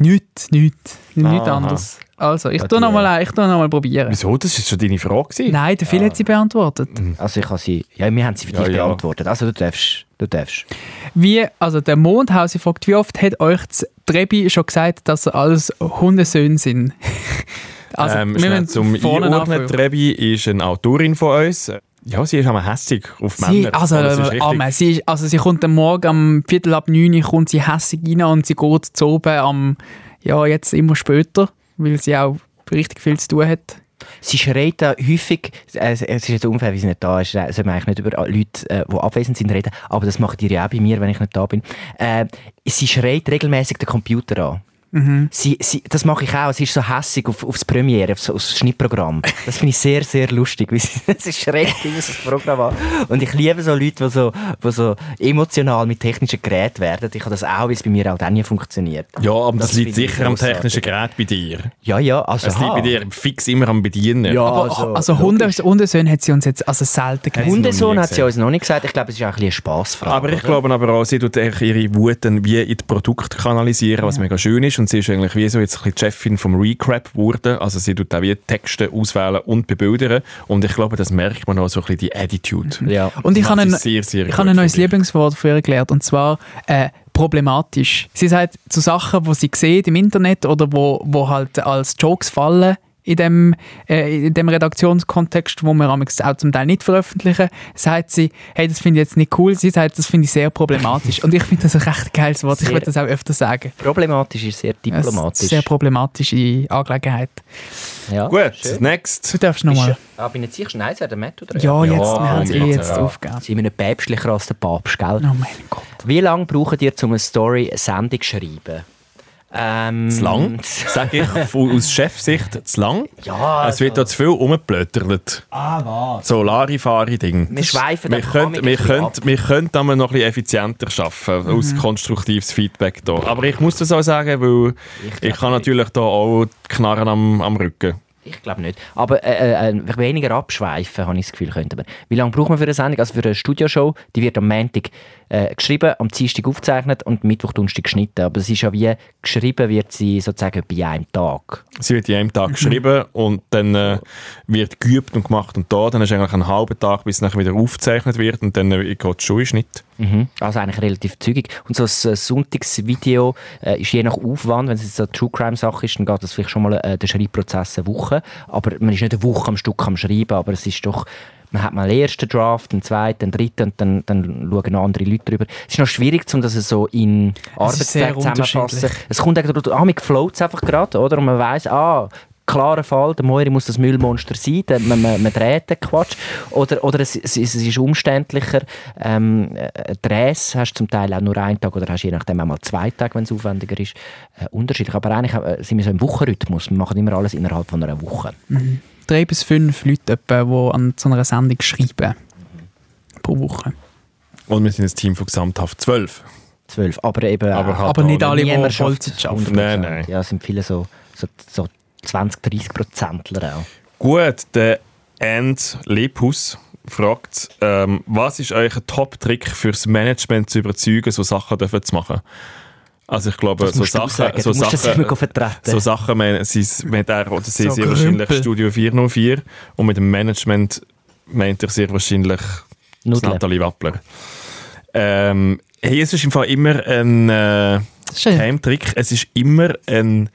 Speaker 3: Nichts, nichts. Nichts
Speaker 1: Aha. äh,
Speaker 3: anderes. Also, ich
Speaker 2: Ja,
Speaker 3: tue
Speaker 2: die-
Speaker 3: nochmal noch mal probieren.
Speaker 1: Wieso? Ah. Das war schon deine Frage. gewesen.
Speaker 3: Nein, der Phil hat sie beantwortet.
Speaker 2: Also ich habe sie... Ja, wir haben sie für
Speaker 1: Ja,
Speaker 2: dich
Speaker 1: ja.
Speaker 2: beantwortet. Also du darfst. Du darfst.
Speaker 3: Wie, also der Mondhausi fragt, wie oft hat euch das Trebi schon gesagt, dass ihr alles Hundesöhne sind? <laughs> also,
Speaker 1: ähm,
Speaker 3: wir
Speaker 1: schnell
Speaker 3: müssen
Speaker 1: zum
Speaker 3: vorne
Speaker 1: Einordnen.
Speaker 3: anfangen.
Speaker 1: Trebi ist eine Autorin von uns. Ja, sie ist einmal hässig auf
Speaker 3: Sie,
Speaker 1: Männer.
Speaker 3: also,
Speaker 1: Aber es ist
Speaker 3: äh,
Speaker 1: richtig-
Speaker 3: Amen. Sie, ist, also sie kommt am Morgen um Viertel ab neun kommt sie hässig rein und sie geht zu oben am, ja, jetzt immer später, weil sie auch richtig viel zu tun hat.
Speaker 2: Sie schreit da häufig, äh, es es ist jetzt unfair, wie sie nicht da ist, äh, sollte man eigentlich nicht über Leute, äh, die abwesend sind, reden, aber das macht ihr ja auch bei mir, wenn ich nicht da bin. Äh, sie schreit regelmäßig den Computer an.
Speaker 3: Mhm.
Speaker 2: Sie, sie, das mache ich auch. Sie ist so hässig auf, aufs Premiere, aufs, aufs Schnittprogramm. Das finde ich sehr, sehr lustig. Weil sie, <laughs> das ist schrecklich, was das Programm an. Und ich liebe so Leute, die so, die so emotional mit technischen Geräten werden. Ich habe das auch, weil es bei mir auch dann nie funktioniert.
Speaker 1: Ja, aber das,
Speaker 2: Das
Speaker 1: liegt
Speaker 2: finde ich
Speaker 1: sicher am
Speaker 2: grossartig.
Speaker 1: technischen Gerät bei dir.
Speaker 2: Ja, ja, also.
Speaker 1: Es liegt bei dir fix immer am Bedienen.
Speaker 2: Ja,
Speaker 3: Aber, also, also Hunde, Hundesöhne hat sie uns jetzt also selten
Speaker 1: Hat's
Speaker 3: gegeben.
Speaker 1: Hunde- noch
Speaker 2: Hundesohn
Speaker 1: nie
Speaker 2: hat sie
Speaker 1: gesehen.
Speaker 2: uns noch nicht gesagt. Ich glaube, es ist auch ein bisschen eine Spassfrage.
Speaker 1: Aber ich
Speaker 2: oder?
Speaker 1: glaube aber auch, sie tut eigentlich ihre Wut dann wie in die Produkte kanalisieren, was mega schön ist. Und sie ist eigentlich wie so jetzt ein bisschen die Chefin vom Recrap geworden. Also sie tut auch wie Texte auswählen und bebildern. Und ich glaube, das merkt man auch so ein bisschen die Attitude.
Speaker 2: Ja.
Speaker 3: Mhm. Und ich
Speaker 1: Das
Speaker 3: habe
Speaker 1: macht
Speaker 3: ein,
Speaker 1: sie sehr, sehr
Speaker 3: ich
Speaker 1: gut,
Speaker 3: habe ein neues
Speaker 1: finde ich.
Speaker 3: Lieblingswort von ihr gelernt, und zwar äh, problematisch. Sie sagt zu Sachen, die sie sieht im Internet oder wo, wo halt als Jokes fallen in dem, äh, in dem Redaktionskontext, wo wir amigs auch zum Teil nicht veröffentlichen, sagt sie, hey, das finde ich jetzt nicht cool. Sie sagt, das finde ich sehr problematisch. Und ich finde das ein recht geiles Wort. Ich
Speaker 2: Sehr.
Speaker 3: würde das auch öfter sagen.
Speaker 2: Problematisch ist sehr
Speaker 3: Es ist eine
Speaker 2: diplomatisch.
Speaker 3: Sehr problematische Angelegenheit.
Speaker 2: ja.
Speaker 1: Gut,
Speaker 2: Schön.
Speaker 1: next.
Speaker 3: Du darfst nochmal.
Speaker 2: Ah, bin jetzt ich? Nein, es wäre der Matt oder?
Speaker 3: Ja, jetzt, wir
Speaker 1: Ja,
Speaker 3: haben es eh
Speaker 1: jetzt,
Speaker 3: jetzt
Speaker 1: ja.
Speaker 3: aufgegeben.
Speaker 2: Sie sind einem päpstlicher als der Papst, gell?
Speaker 3: Oh mein Gott.
Speaker 2: Wie lange braucht ihr, um eine Story, eine Sendung zu schreiben? Ähm,
Speaker 1: Zu lang, sage ich von- aus Chefsicht, zu lang.
Speaker 2: Ja, also.
Speaker 1: es wird da zu viel rumgeblöttert.
Speaker 2: Ah, was?
Speaker 1: So Larifari-Ding.
Speaker 2: Wir schweifen
Speaker 1: wir
Speaker 2: den
Speaker 1: könnten,
Speaker 2: Comic
Speaker 1: wir
Speaker 2: ein bisschen Mhm.
Speaker 1: könnten,
Speaker 2: ab.
Speaker 1: wir könnten da mal noch ein bisschen effizienter arbeiten, aus konstruktives Feedback da. Aber ich muss das auch sagen, weil ich,
Speaker 2: glaub
Speaker 1: kann
Speaker 2: nicht.
Speaker 1: natürlich da auch die Knarren am, am Rücken.
Speaker 2: Ich glaube nicht. Aber äh, äh, äh, weniger abschweifen, habe ich das Gefühl, könnte man. Wie lange braucht man für eine Sendung? Also für eine Studioshow, die wird am Montag äh, geschrieben, am Dienstag aufgezeichnet und Mittwoch, Donnerstag geschnitten. Aber es ist ja wie, geschrieben wird sie sozusagen bei einem Tag.
Speaker 1: Sie wird in einem
Speaker 2: Mhm.
Speaker 1: Tag geschrieben und dann äh, wird geübt und gemacht und da. Dann ist eigentlich ein halber Tag, bis es nachher wieder aufgezeichnet wird und dann äh, geht es schon in den Schnitt.
Speaker 2: Mhm. Also eigentlich relativ zügig. Und so ein äh, Sonntagsvideo äh, ist je nach Aufwand, wenn es jetzt so eine True Crime Sache ist, dann geht das vielleicht schon mal äh, der Schreibprozess eine Woche. Aber man ist nicht eine Woche am Stück am Schreiben, aber es ist doch, man hat mal einen ersten Draft, einen zweiten, einen dritten und dann, dann schauen noch andere Leute drüber. Es ist noch schwierig, um das so in
Speaker 3: ist sehr
Speaker 2: Arbeitszeit zusammenfassen.
Speaker 3: unterschiedlich.
Speaker 2: Es kommt eigentlich, ah, mit Floats einfach gerade, oder? Und man weiss, ah, klarer Fall, der Moiri muss das Müllmonster sein, dann, man, man, man dreht den Quatsch. Oder, oder es, es, es ist umständlicher. Ähm, äh, Drehs hast du zum Teil auch nur einen Tag oder hast je nachdem auch mal zwei Tage, wenn es aufwendiger ist. Äh, unterschiedlich. Aber eigentlich äh, sind wir so im Wochenrhythmus. Wir machen immer alles innerhalb von einer Woche.
Speaker 3: drei bis fünf Leute, etwa, die an so einer Sendung schreiben. Pro Woche.
Speaker 1: Und wir sind ein Team von gesamthaft zwölf.
Speaker 2: Zwölf. Aber eben
Speaker 1: Aber
Speaker 2: auch
Speaker 1: halt
Speaker 3: Aber nicht
Speaker 1: auch
Speaker 3: alle, die
Speaker 2: niemand schafft
Speaker 3: Vollzeit arbeiten.
Speaker 2: 100%.
Speaker 1: Nein, nein.
Speaker 2: Ja, es sind viele so, so, so 20, 30 Prozentler auch.
Speaker 1: Gut, der Ant Lepus fragt, ähm, was ist euer Top-Trick fürs Management zu überzeugen, so Sachen dürfen zu machen? Also ich glaube,
Speaker 2: Das
Speaker 1: so
Speaker 2: musst du
Speaker 1: Sachen,
Speaker 2: sagen.
Speaker 1: so
Speaker 2: du musst das
Speaker 1: Sachen,
Speaker 2: immer vertreten.
Speaker 1: so Sachen, man, sie ist- meint er oder sie
Speaker 3: So
Speaker 1: sehr wahrscheinlich
Speaker 3: Krümpel.
Speaker 1: Studio 404 und mit dem Management meint er sehr wahrscheinlich das
Speaker 2: Nudeln.
Speaker 1: Nathalie Wappler. Ähm, hey, es ist im Fall immer ein äh,
Speaker 3: Das ist ja-
Speaker 1: Geheimtrick, es ist immer ein,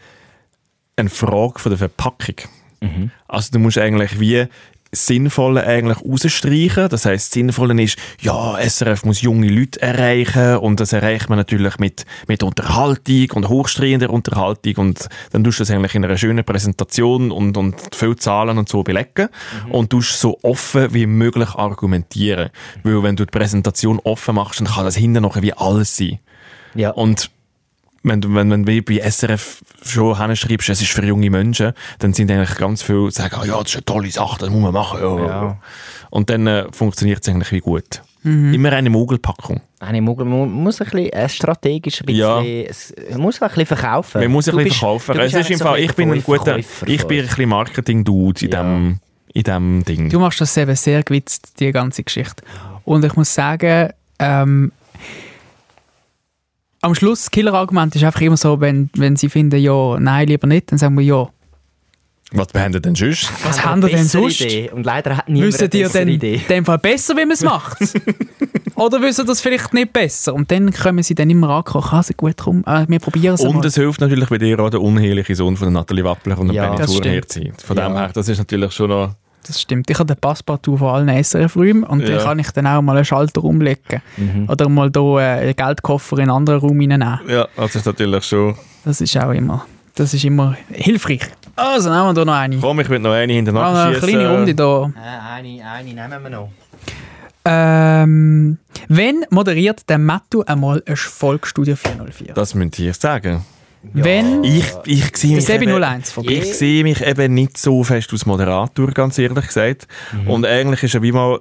Speaker 1: eine Frage von der Verpackung.
Speaker 2: Mhm.
Speaker 1: Also du musst eigentlich wie das Sinnvolle eigentlich rausstreichen. Das heisst, das Sinnvolle ist, ja, SRF muss junge Leute erreichen und das erreicht man natürlich mit, mit Unterhaltung und hochstehender Unterhaltung und dann tust du das eigentlich in einer schönen Präsentation und, und viel Zahlen und so belegen und tust so offen wie möglich argumentieren. Weil wenn du die Präsentation offen machst, dann kann das hinten noch wie alles sein.
Speaker 2: Ja.
Speaker 1: Und wenn du wenn, wenn du bei SRF schon hinschreibst, es ist für junge Menschen, dann sind eigentlich ganz viele, die sagen, ah ja, das ist eine tolle Sache, das muss man machen. Ja.
Speaker 2: Ja.
Speaker 1: Und dann äh, funktioniert es eigentlich wie gut.
Speaker 2: Mhm.
Speaker 1: Immer eine Mogelpackung.
Speaker 2: Nein, man muss- man muss ein bisschen äh, strategisch ein bisschen,
Speaker 1: Ja.
Speaker 2: es- man muss auch ein bisschen verkaufen.
Speaker 1: Man muss ein
Speaker 2: Du
Speaker 1: bisschen
Speaker 2: bist-
Speaker 1: verkaufen.
Speaker 2: du
Speaker 1: Es
Speaker 2: bist
Speaker 1: ist im
Speaker 2: eigentlich so
Speaker 1: Fall, ich bin ein guter,
Speaker 2: Verkäufer
Speaker 1: ich bin ein
Speaker 2: von
Speaker 1: bisschen Marketing-Dude in,
Speaker 2: Ja.
Speaker 1: dem, in dem Ding.
Speaker 3: Du machst das eben sehr gewitzt, die ganze Geschichte. Und ich muss sagen, ähm, am Schluss, das Killer-Argument ist einfach immer so, wenn, wenn sie finden, ja, nein, lieber nicht, dann sagen wir ja.
Speaker 1: Was behandelt denn sonst?
Speaker 2: uns.
Speaker 3: was
Speaker 2: Haben
Speaker 3: haben wir
Speaker 2: eine
Speaker 3: denn
Speaker 2: bessere
Speaker 3: sonst?
Speaker 2: Idee. Und leider hat niemand
Speaker 3: Wissen
Speaker 2: eine
Speaker 3: die
Speaker 2: bessere
Speaker 3: denn
Speaker 2: Idee.
Speaker 3: in dem Fall besser, wie man
Speaker 2: <laughs>
Speaker 3: es macht? Oder wissen das vielleicht nicht besser? Und dann können sie dann immer ankommen, kann sie gut kommen, äh, wir probieren es
Speaker 2: Also
Speaker 1: Und
Speaker 3: einmal.
Speaker 1: es hilft natürlich bei dir auch der unheilige Sohn von der Nathalie Wappler und dem
Speaker 2: Ja.
Speaker 1: Benny
Speaker 3: Das stimmt.
Speaker 1: Thurnherz sein. Von dem
Speaker 2: Ja.
Speaker 1: her, das ist natürlich schon noch...
Speaker 3: Das stimmt. Ich habe den Passpartout von allen SRF-Räumen und
Speaker 1: Ja.
Speaker 3: dann kann ich dann auch mal einen Schalter umlegen.
Speaker 2: Mhm.
Speaker 3: Oder mal hier äh, einen Geldkoffer in einen anderen Raum reinnehmen.
Speaker 1: Ja, das ist natürlich schon...
Speaker 3: Das ist auch immer, das ist immer hilfreich. Also nehmen wir hier noch eine.
Speaker 1: Komm, ich will noch eine
Speaker 3: Ah,
Speaker 1: hinterher
Speaker 3: eine kleine Runde hier.
Speaker 2: Äh, eine, eine nehmen wir noch.
Speaker 3: Ähm, wenn moderiert der Mattu einmal ein Volksstudio 404?
Speaker 1: Das müsst ihr sagen.
Speaker 3: Wenn
Speaker 1: Ich, ich sehe mich,
Speaker 3: das Sebi
Speaker 1: eben,
Speaker 3: 01 vorbei.
Speaker 1: ich sehe mich eben nicht so fest als Moderator, ganz ehrlich gesagt. Und eigentlich ist ja wie mal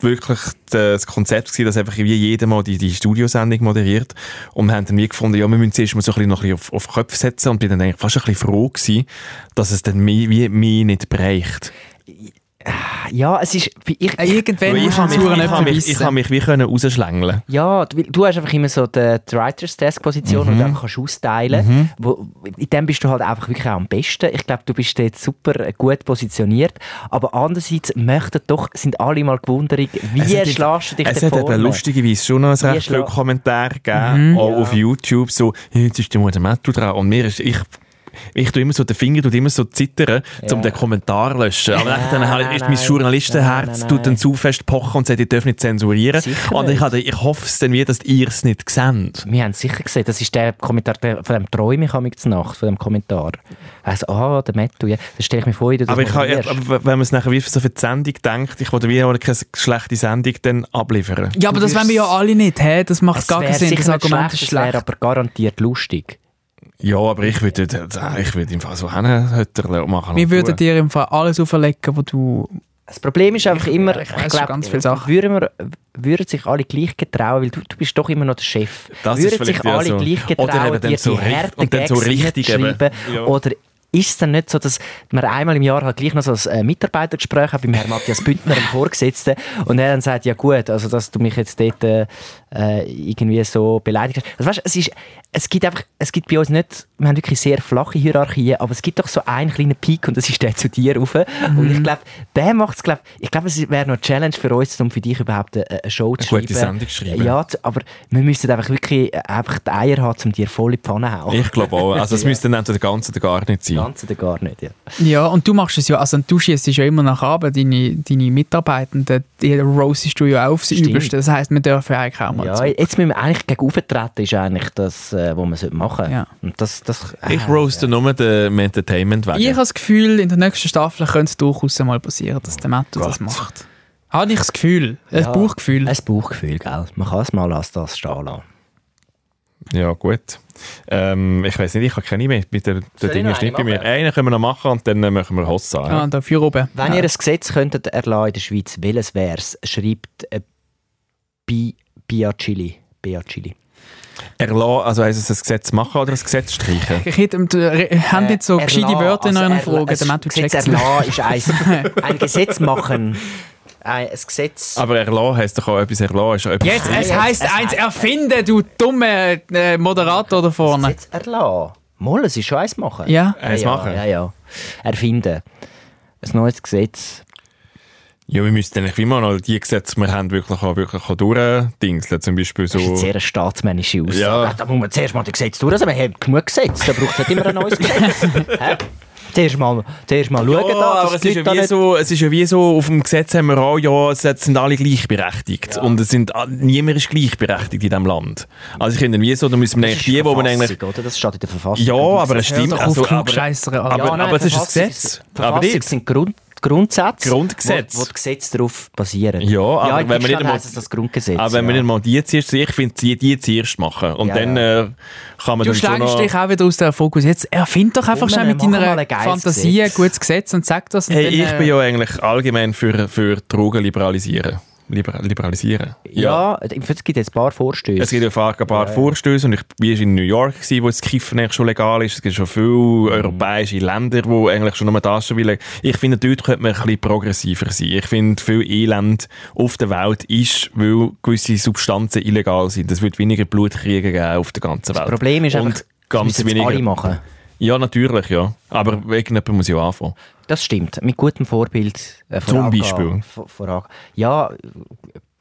Speaker 1: wirklich das Konzept gewesen, dass einfach wie jeder mal die, die Studiosendung moderiert. Und wir haben dann wie gefunden, ja, wir müssen zuerst mal so ein bisschen, noch ein bisschen auf, auf Köpfe setzen und bin dann eigentlich fast ein bisschen froh gewesen, dass es dann mich, wie, mich nicht bereicht.
Speaker 2: Ja, es ist. Ich,
Speaker 3: Äh, Irgendwann
Speaker 1: Weil ich
Speaker 3: muss man
Speaker 1: habe mich,
Speaker 3: Zuhörer
Speaker 1: ich
Speaker 3: nicht
Speaker 1: habe mich, ich
Speaker 3: vermissen.
Speaker 1: habe mich wie können rausschlängeln.
Speaker 2: Ja, du, weil du hast einfach immer so die, die Writers Desk Position
Speaker 1: Mhm.
Speaker 2: und einfach kannst austeilen. Wo, in dem bist du halt einfach wirklich auch am besten. Ich glaube, du bist jetzt super gut positioniert. Aber andererseits möchten doch sind alle mal gewundert,
Speaker 1: Es
Speaker 2: wie
Speaker 1: hat eben-
Speaker 2: schlägst du dich
Speaker 1: Es
Speaker 2: da
Speaker 1: hat
Speaker 2: vorne?
Speaker 1: eben lustigerweise schon noch
Speaker 2: Wie Mhm.
Speaker 1: recht viele
Speaker 2: schla-
Speaker 1: Kommentare gegeben, auch auf YouTube, so, «Ja, jetzt ist der Muttermettel dran. Und mir ist, ich, ich tue immer so den Finger, tut immer so zittern, um den Kommentar zu löschen. Aber
Speaker 2: Ja,
Speaker 1: dann halt,
Speaker 2: nein,
Speaker 1: ist mein
Speaker 2: nein. Nein,
Speaker 1: Journalistenherz
Speaker 2: nein,
Speaker 1: tut
Speaker 2: nein.
Speaker 1: dann zu fest pochen und sagt, ich darf nicht zensurierend
Speaker 2: Sicher
Speaker 1: Und ich,
Speaker 2: nicht.
Speaker 1: habe, ich hoffe es dann wie, dass ihr es nicht seht.
Speaker 2: Wir haben es sicher gesehen, das ist der Kommentar der, von dem Träume ich mich Nacht, von dem Kommentar. Also, ah, der Metto, ja. Das stelle ich mir vor, wie du das
Speaker 1: Aber, ich kann,
Speaker 2: moderierst.
Speaker 1: aber wenn man es nachher wie so für die Sendung denkt, ich will wie auch keine schlechte Sendung dann abliefern.
Speaker 3: Ja, aber
Speaker 2: Du
Speaker 3: das wollen wir ja
Speaker 2: wirst-
Speaker 3: alle nicht. hä? das macht gar
Speaker 2: wär
Speaker 3: keinen Sinn.
Speaker 2: sicher
Speaker 3: Das
Speaker 2: nicht
Speaker 3: Argument ist
Speaker 2: es wär
Speaker 3: schlecht.
Speaker 2: aber garantiert lustig.
Speaker 1: Ja, aber ich würde, äh, ich würde im Fall so Hähnerhütterchen machen.
Speaker 3: Wir
Speaker 1: und
Speaker 3: würden
Speaker 1: tun.
Speaker 3: dir im Fall alles auferlegen, was du...
Speaker 2: Das Problem ist einfach immer, ich,
Speaker 3: weiss schon
Speaker 2: glaube,
Speaker 3: ganz viele Sachen.
Speaker 2: Würden, wir, würden sich alle gleich getrauen, weil du, du bist doch immer noch der Chef.
Speaker 1: Das ist
Speaker 2: würden
Speaker 1: vielleicht
Speaker 2: sich
Speaker 1: ja
Speaker 2: alle
Speaker 1: so.
Speaker 2: gleich
Speaker 1: Oder eben
Speaker 2: getrauen,
Speaker 1: dann
Speaker 2: dir
Speaker 1: so
Speaker 2: die
Speaker 1: richt-
Speaker 2: harten
Speaker 1: und dann
Speaker 2: Gags
Speaker 1: so richtig
Speaker 2: reinzuschreiben?
Speaker 1: eben. Ja.
Speaker 2: Oder ist es dann nicht so, dass man einmal im Jahr halt gleich noch so ein äh, Mitarbeitergespräch hat beim Herrn Matthias Bündner, dem Vorgesetzten, und er dann sagt, ja gut, also dass du mich jetzt dort äh, äh, irgendwie so beleidigt hast. Also weißt, es, ist, es gibt einfach, es gibt bei uns nicht, wir haben wirklich sehr flache Hierarchien, aber es gibt doch so einen kleinen Peak und das ist der zu dir rauf. Und
Speaker 1: Mhm.
Speaker 2: ich glaube, der macht es, glaub, ich glaube, es wäre noch eine Challenge für uns, um für dich überhaupt eine, eine Show zu
Speaker 1: Eine gute
Speaker 2: schreiben.
Speaker 1: Sendung zu schreiben.
Speaker 2: Ja, zu- aber wir müssen einfach wirklich äh, einfach die Eier haben, um dir voll in die Pfanne zu hauen.
Speaker 1: Ich glaube auch. Also es müsste dann entweder ganz oder gar nicht sein.
Speaker 2: Ganz oder gar nicht, ja.
Speaker 3: Ja, und du machst es ja, also du schießt ja immer nach oben, deine, deine Mitarbeitenden, die roastest du ja auch aufs
Speaker 2: Stimmt.
Speaker 3: Übelste. Das heisst, wir dürfen ja eigentlich auch mal
Speaker 2: Ja,
Speaker 3: zu.
Speaker 2: jetzt müssen wir eigentlich gegen auftreten, ist eigentlich das, äh, was man sollte machen sollte.
Speaker 3: Ja.
Speaker 2: Und das, das,
Speaker 1: Ich
Speaker 2: ah,
Speaker 1: roaste nur den Entertainment weg.
Speaker 3: Ich habe das Gefühl, in der nächsten Staffel könnte es durchaus mal passieren, dass der Matto das macht. Habe ich das Gefühl, ein
Speaker 2: ja.
Speaker 3: Bauchgefühl.
Speaker 2: Ein Bauchgefühl, gell. Man kann es mal als das stehen lassen.
Speaker 1: Ja, gut. Ähm, ich weiß nicht, ich habe keine mehr. Mit der, der
Speaker 2: ich
Speaker 1: Ding
Speaker 2: noch
Speaker 1: ist nicht bei
Speaker 2: eine
Speaker 1: mir.
Speaker 2: machen?
Speaker 1: Einen können wir noch machen und dann äh, machen wir Hoss an.
Speaker 3: Ah,
Speaker 1: Ja.
Speaker 3: dafür oben.
Speaker 2: Wenn ihr ein Gesetz könntet erlassen in der Schweiz, welches wäre es? Schreibt äh, Bi Biacili. Biacili.
Speaker 1: Erlassen, also heisst es, ein Gesetz machen oder ein Gesetz streichen?
Speaker 3: Ich hätte, äh, haben jetzt so gescheite Wörter in
Speaker 2: also
Speaker 3: euren Fragen, der Matto
Speaker 2: Gesetz
Speaker 3: checkt es
Speaker 2: erlassen ist eins.
Speaker 3: <laughs>
Speaker 2: ein Gesetz machen. Ein, ein Gesetz...
Speaker 1: Aber erlassen heisst doch auch etwas erlassen. Ist auch etwas
Speaker 3: Jetzt, es
Speaker 2: Ja,
Speaker 3: heisst
Speaker 2: es
Speaker 3: eins
Speaker 2: heisst-
Speaker 3: erfinden, du dumme äh, Moderator da
Speaker 2: Ein
Speaker 3: vorne.
Speaker 2: Gesetz erlassen. Mal, es ist schon eins machen.
Speaker 3: Ja.
Speaker 1: Eins
Speaker 2: ja,
Speaker 1: machen?
Speaker 2: Ja, ja. Erfinden. Ein neues Gesetz.
Speaker 1: Ja, wir müssten eigentlich wie mal noch die Gesetze, die wir haben, wirklich auch, wirklich auch durchdingseln. Zum Beispiel
Speaker 2: Das ist
Speaker 1: so...
Speaker 2: jetzt sehr eine staatsmännische Aussage.
Speaker 1: Ja.
Speaker 2: Da muss man zuerst mal die Gesetze durchsetzen. Also, Wir haben genug Gesetze, da braucht es nicht immer ein neues
Speaker 1: <laughs>
Speaker 2: Gesetz. Hä? zuerst mal, zuerst mal schauen,
Speaker 1: Ja,
Speaker 2: da, dass
Speaker 1: aber es
Speaker 2: die
Speaker 1: ist,
Speaker 2: Leute
Speaker 1: ja wie
Speaker 2: da
Speaker 1: so, es ist ja wie so, auf dem Gesetz haben wir auch, ja, es sind alle gleichberechtigt. Und es sind, ah, niemand ist gleichberechtigt in diesem Land. Also ich finde, wie so, da müssen wir
Speaker 2: nicht...
Speaker 1: eigentlich die, wo man eigentlich...
Speaker 2: Verfassung, Oder? Das steht in der Verfassung.
Speaker 1: Ja, aber es
Speaker 3: Hör
Speaker 1: stimmt.
Speaker 3: doch
Speaker 1: Also,
Speaker 3: auf,
Speaker 1: aber,
Speaker 3: Klugscheisser.
Speaker 1: aber,
Speaker 2: Ja, nein,
Speaker 1: aber es ist ein
Speaker 2: Verfassung-
Speaker 1: Gesetz. Aber
Speaker 2: Verfassung
Speaker 1: nicht.
Speaker 2: sind Grund, Grundsätze,
Speaker 1: Grundgesetze.
Speaker 2: wo, wo die Gesetze darauf basieren.
Speaker 1: Ja, aber wenn man
Speaker 2: in
Speaker 1: nicht
Speaker 2: Deutschland
Speaker 1: einmal-
Speaker 2: heisst es das Grundgesetz.
Speaker 1: Aber wenn wir
Speaker 2: ja.
Speaker 1: nicht mal die zuerst, ich finde, die, die zuerst machen. Und
Speaker 2: Ja,
Speaker 1: dann Äh, kann man
Speaker 3: Du
Speaker 1: dann schon
Speaker 3: schlägst
Speaker 1: noch...
Speaker 3: dich auch wieder aus dem Fokus. Jetzt erfind doch einfach
Speaker 2: Komm,
Speaker 3: schnell mit
Speaker 2: mach mal
Speaker 3: deiner
Speaker 2: ein geiles
Speaker 3: Fantasie ein
Speaker 2: Gesetz.
Speaker 3: gutes Gesetz und sag das. und
Speaker 1: Hey,
Speaker 3: dann,
Speaker 1: ich
Speaker 3: äh,
Speaker 1: bin ja eigentlich allgemein für, für Drogen liberalisieren. Liber liberalisieren.
Speaker 2: Ja, es gibt jetzt ein paar Vorstöße.
Speaker 1: Es gibt ja ein paar Vorstöße und ich war in New York, gewesen, wo das Kiffen eigentlich schon legal ist. Es gibt schon
Speaker 2: Mhm.
Speaker 1: viele europäische Länder, wo eigentlich schon nur das schon will. Ich finde, dort könnte man ein bisschen progressiver sein. Ich finde, viel Elend auf der Welt ist, weil gewisse Substanzen illegal sind. Es wird weniger Blutkriege geben auf der ganzen Welt.
Speaker 2: Das Problem ist
Speaker 1: Halt. und
Speaker 2: einfach, das
Speaker 1: ganz
Speaker 2: müssen jetzt alle
Speaker 1: weniger.
Speaker 2: machen.
Speaker 1: Ja, natürlich, ja. Aber irgendjemand muss ja anfangen.
Speaker 2: Das stimmt. Mit gutem Vorbild äh, vorangehen.
Speaker 1: Beispiel.
Speaker 2: Vor, vorangehen. ja, äh,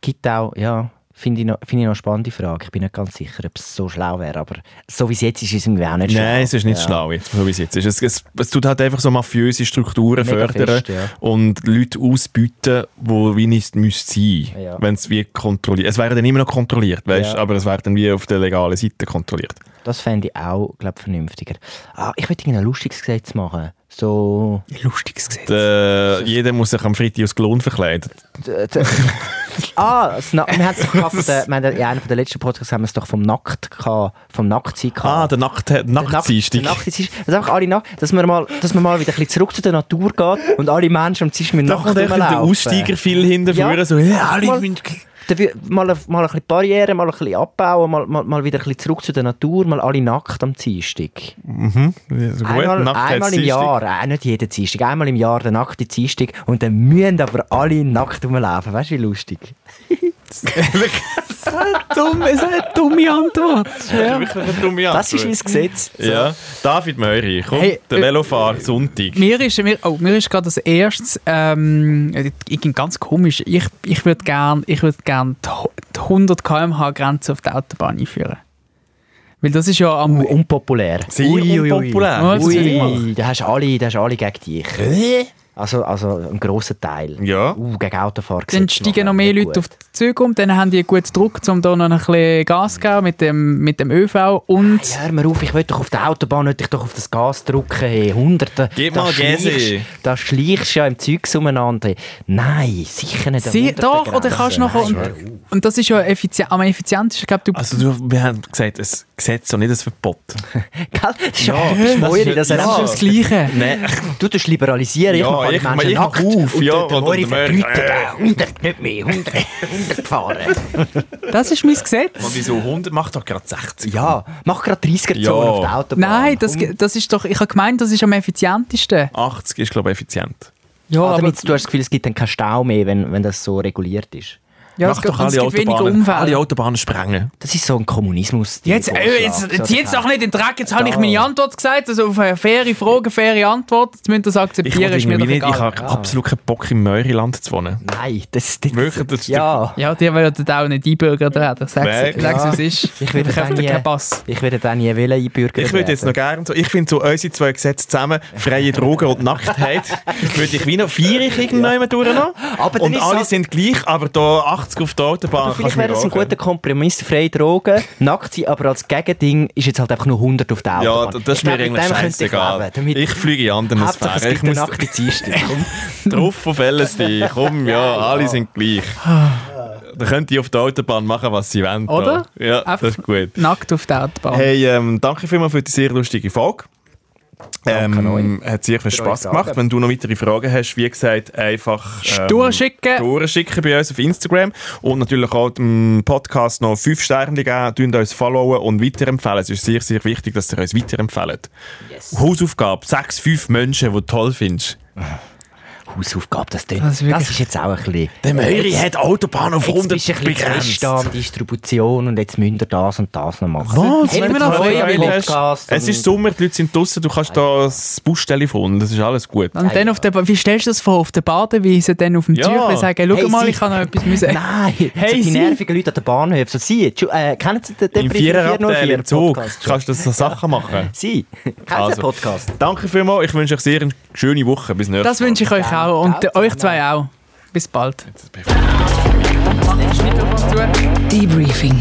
Speaker 2: gibt auch, ja, finde ich, noch- finde ich noch eine spannende Frage. Ich bin nicht ganz sicher, ob es so schlau wäre, aber so wie es jetzt ist, ist es irgendwie auch nicht schlau.
Speaker 1: Nein, es ist nicht schlau, jetzt, so wie es jetzt ist. Es, es, es tut halt einfach so mafiöse Strukturen
Speaker 2: Mega
Speaker 1: fördern
Speaker 2: fest, ja.
Speaker 1: und Leute ausbeuten, die wie nicht müsste sein,
Speaker 2: Ja.
Speaker 1: wenn es wie kontrolliert. Es wäre dann immer noch kontrolliert, weißt,
Speaker 2: Ja.
Speaker 1: aber es wäre dann wie auf der legalen Seite kontrolliert.
Speaker 2: Das fände ich auch, glaube vernünftiger. Ah, ich würde ein lustiges Gesetz machen. So...
Speaker 3: äh, Lustiges Gesetz.
Speaker 1: Der- jeder muss sich am Freitag als Klon verkleiden.
Speaker 2: d- <laughs> d- Ah, das Na- wir haben es doch
Speaker 1: <laughs>
Speaker 2: gehabt von der, wir haben in einem der letzten Podcasts haben wir es doch vom Nackt gehabt, vom Nacktsein gehabt.
Speaker 1: Ah, der Nacht, Nachtziehstück.
Speaker 2: Der Nacht- der Nachtdienstag. Dass einfach alle nach, dass man mal, dass man mal wieder ein bisschen zurück zu der Natur geht und alle Menschen am Dienstag mit
Speaker 1: Da
Speaker 2: Nacht
Speaker 1: kommt echt der
Speaker 2: rumlaufen.
Speaker 1: Aussteiger viel hinterführen,
Speaker 2: Ja.
Speaker 1: so, ja, alle
Speaker 2: Mal-
Speaker 1: müssen-
Speaker 2: Da wü- Mal, ein- mal ein bisschen Barriere, mal ein bisschen abbauen, mal, mal, mal wieder ein bisschen zurück zu der Natur, mal alle nackt am Dienstag.
Speaker 1: Ja, so gut,
Speaker 2: Einmal,
Speaker 1: Nacht-
Speaker 2: einmal im
Speaker 1: Dienstag.
Speaker 2: Jahr, äh, nicht jeden Dienstag, einmal im Jahr der nackte Dienstag und dann müssen aber alle nackt rumlaufen. Weißt du, wie lustig?
Speaker 3: Dumm, es ist eine dumme Antwort.
Speaker 1: Das ist wirklich eine dumme
Speaker 2: Das ist mein
Speaker 1: Antwort.
Speaker 2: Gesetz.
Speaker 1: Ja, David Möri, komm,
Speaker 3: Hey,
Speaker 1: der
Speaker 3: äh,
Speaker 1: Velofahrer Sonntag.
Speaker 3: Mir ist, mir, oh, mir ist gerade das erstes, ähm, ich bin ganz komisch, ich, ich würde gerne würd gern die hu- die 100 km/h Grenze auf der Autobahn einführen. Weil das ist ja am...
Speaker 2: Uh, unpopulär.
Speaker 1: Sehr unpopulär.
Speaker 3: Was soll ich
Speaker 2: Ui,
Speaker 3: machen?
Speaker 2: da hast du alle, da hast du alle gegen dich. Also, also ein grosser Teil.
Speaker 1: Ja.
Speaker 2: Uh, gegen Autofahrer.
Speaker 3: dann steigen noch mehr Leute auf die Züge um, dann haben die guten Druck, um da noch ein bisschen Gas zu geben mit dem, mit dem ÖV und...
Speaker 2: Hey, hör mir auf, ich will doch auf der Autobahn nicht ich doch auf das Gas drücken. Hey. Hunderte.
Speaker 1: Gib
Speaker 2: Da
Speaker 1: mal Gas,
Speaker 2: schleichst-
Speaker 1: ey.
Speaker 2: Da schleichst du ja im Zeugs umeinander. Nein, sicher nicht. an
Speaker 3: Sie,
Speaker 2: hunderte
Speaker 3: doch, oder
Speaker 2: Grenzen.
Speaker 3: kannst du noch...
Speaker 2: Nein,
Speaker 3: Und, und das ist ja effizien, am effizientesten, ich glaube, du...
Speaker 1: Also, du, wir haben gesagt, ein Gesetz und nicht ein Verbot.
Speaker 2: <laughs> Gell? Das ist ja,
Speaker 1: Ja,
Speaker 2: das ist
Speaker 1: das
Speaker 2: moiri,
Speaker 1: ist-
Speaker 2: das
Speaker 3: das
Speaker 1: ja.
Speaker 3: ist ja
Speaker 2: ja.
Speaker 3: das Gleiche.
Speaker 1: Nein,
Speaker 2: Du tust liberalisieren, ich
Speaker 1: Ja,
Speaker 2: mache alle
Speaker 1: ich-
Speaker 2: Menschen
Speaker 1: ich mach
Speaker 2: nackt.
Speaker 1: auf,
Speaker 2: und
Speaker 1: ja,
Speaker 2: der- der
Speaker 1: und-
Speaker 2: Moiri
Speaker 1: und der-
Speaker 2: verbrütet
Speaker 1: Ja,
Speaker 2: den. 100 nicht mehr, 100, 100 gefahren.
Speaker 3: Das ist mein Gesetz.
Speaker 1: und wieso 100 macht doch gerade 60.
Speaker 2: Ja, mach gerade 30er-Zone
Speaker 1: Ja.
Speaker 2: auf der Autobahn.
Speaker 3: Nein, das, das ist doch... Ich habe gemeint, das ist am effizientesten.
Speaker 1: 80 ist, glaube ich, effizient.
Speaker 3: Ja,
Speaker 2: Ah, damit du hast das Gefühl, es gibt dann keinen Stau mehr, wenn, wenn das so reguliert ist.
Speaker 3: ja,
Speaker 1: Mach
Speaker 3: es,
Speaker 1: doch
Speaker 3: gibt- und es
Speaker 1: alle
Speaker 3: gibt weniger
Speaker 1: Autobahnen,
Speaker 3: Unfälle.
Speaker 1: alle Autobahnen sprengen.
Speaker 2: Das ist so ein Kommunismus.
Speaker 3: Jetzt, äh, jetzt, jetzt, jetzt doch nicht in den Dreck, jetzt habe ich
Speaker 2: Ja.
Speaker 3: meine Antwort gesagt, also auf eine faire Frage, faire Antwort, jetzt müsst ihr das
Speaker 1: Ich, will
Speaker 3: akzeptieren, ist mir
Speaker 1: irgendwie
Speaker 3: doch
Speaker 1: nicht, ich
Speaker 3: egal.
Speaker 2: Ah.
Speaker 1: habe absolut keinen Bock, im Möriland zu wohnen.
Speaker 2: Nein, das, das,
Speaker 1: Wirklich, das ist-
Speaker 2: ja.
Speaker 3: Ja, die wollen da auch nicht einbürgert werden, sag's,
Speaker 1: Nein.
Speaker 3: sag's
Speaker 2: Ja.
Speaker 3: wie es ist.
Speaker 2: Ich werde
Speaker 3: ich habe
Speaker 2: dann nie-
Speaker 3: keinen Pass.
Speaker 2: Ich werde dann nie wollen einbürgern
Speaker 1: Ich würde jetzt noch
Speaker 2: werden.
Speaker 1: gerne so, ich finde so unsere zwei Gesetze zusammen, freie Drogen und Nacktheit, <laughs> würde ich wie noch vierig irgendjemand durch noch.
Speaker 2: Aber dann
Speaker 1: und
Speaker 2: ist
Speaker 1: alle
Speaker 2: das-
Speaker 1: sind gleich, aber da 80 auf der Autobahn. kannst
Speaker 2: Vielleicht
Speaker 1: du mir
Speaker 2: wäre das ein
Speaker 1: anhören.
Speaker 2: guter Kompromiss, freie
Speaker 3: <laughs>
Speaker 2: Drogen, nackt sein, aber als Gegending ist jetzt halt einfach nur 100 auf der
Speaker 1: Ja,
Speaker 2: Autobahn.
Speaker 1: d- das ist
Speaker 2: Ich
Speaker 1: mir
Speaker 2: glaube, mit
Speaker 1: eigentlich
Speaker 2: dem könnte ich
Speaker 1: scheißegal.
Speaker 2: leben, damit-
Speaker 1: Ich fliege in anderen
Speaker 2: Hauptsache, es
Speaker 1: Sphären. Ich
Speaker 2: gibt eine
Speaker 1: muss
Speaker 2: nackte
Speaker 1: <laughs>
Speaker 2: Dienstag. Komm.
Speaker 1: drauf auf LSD. Komm, ja, alle sind gleich. Da können die auf der Autobahn machen, was sie wollen. da.
Speaker 3: Oder?
Speaker 1: Ja,
Speaker 3: Einfach-
Speaker 1: das ist gut.
Speaker 3: Nackt auf der Autobahn.
Speaker 1: Hey, ähm, danke vielmals für die sehr lustige Folge. Ähm, hat sehr viel Spass
Speaker 2: eure Fragen.
Speaker 1: gemacht. Wenn du noch weitere Fragen hast, wie gesagt, einfach ähm,
Speaker 3: Durchschicken.
Speaker 1: durchschicken bei uns auf Instagram und natürlich auch dem Podcast noch 5 Sterne geben, tun uns followen und weiterempfehlen. Es ist sehr, sehr wichtig, dass ihr uns weiterempfehlt. Hausaufgabe, 6, 5 Menschen, die du toll findest.
Speaker 2: Hausaufgabe, das tönt.
Speaker 3: Das
Speaker 2: Das,
Speaker 3: ist wirklich-
Speaker 2: ist jetzt auch ein bisschen...
Speaker 1: Der Möri hat Autobahn auf
Speaker 2: Jetzt
Speaker 1: 100
Speaker 2: bist du ein bisschen fest am Distribution und jetzt müsst ihr das und das noch machen.
Speaker 1: Was?
Speaker 2: Immer
Speaker 1: Wenn du
Speaker 2: noch
Speaker 1: Freude
Speaker 2: freiwillig.
Speaker 1: hast.
Speaker 2: Podcast
Speaker 1: Es
Speaker 2: und-
Speaker 1: ist Sommer, die Leute sind draußen, du kannst da das Bustelefon, das ist alles gut.
Speaker 3: und dann auf der, Ba- wie stellst du das vor, auf der Badewiese, dann auf dem
Speaker 1: Ja.
Speaker 3: Tüchlein sagen, schau
Speaker 2: Hey,
Speaker 3: mal,
Speaker 2: sie-
Speaker 3: ich kann noch etwas müssen.
Speaker 2: Nein,
Speaker 3: Hey,
Speaker 2: so die
Speaker 3: Sie-
Speaker 2: nervigen Leute an der Bahnhof. So, sie, Entschu- äh, kennen Sie den
Speaker 1: Im
Speaker 2: Debrief
Speaker 1: Viererabteil im Zug
Speaker 2: Podcast?
Speaker 1: kannst du
Speaker 2: <laughs>
Speaker 1: so Sachen machen.
Speaker 2: Sie, <laughs> kennen Sie
Speaker 1: Also.
Speaker 2: den Podcast?
Speaker 1: Danke vielmals, ich wünsche euch sehr eine schöne Woche. Bis nächstes
Speaker 3: Das wünsche ich euch auch und
Speaker 2: Ciao
Speaker 3: euch zwei auch. Bis bald.
Speaker 4: Debriefing.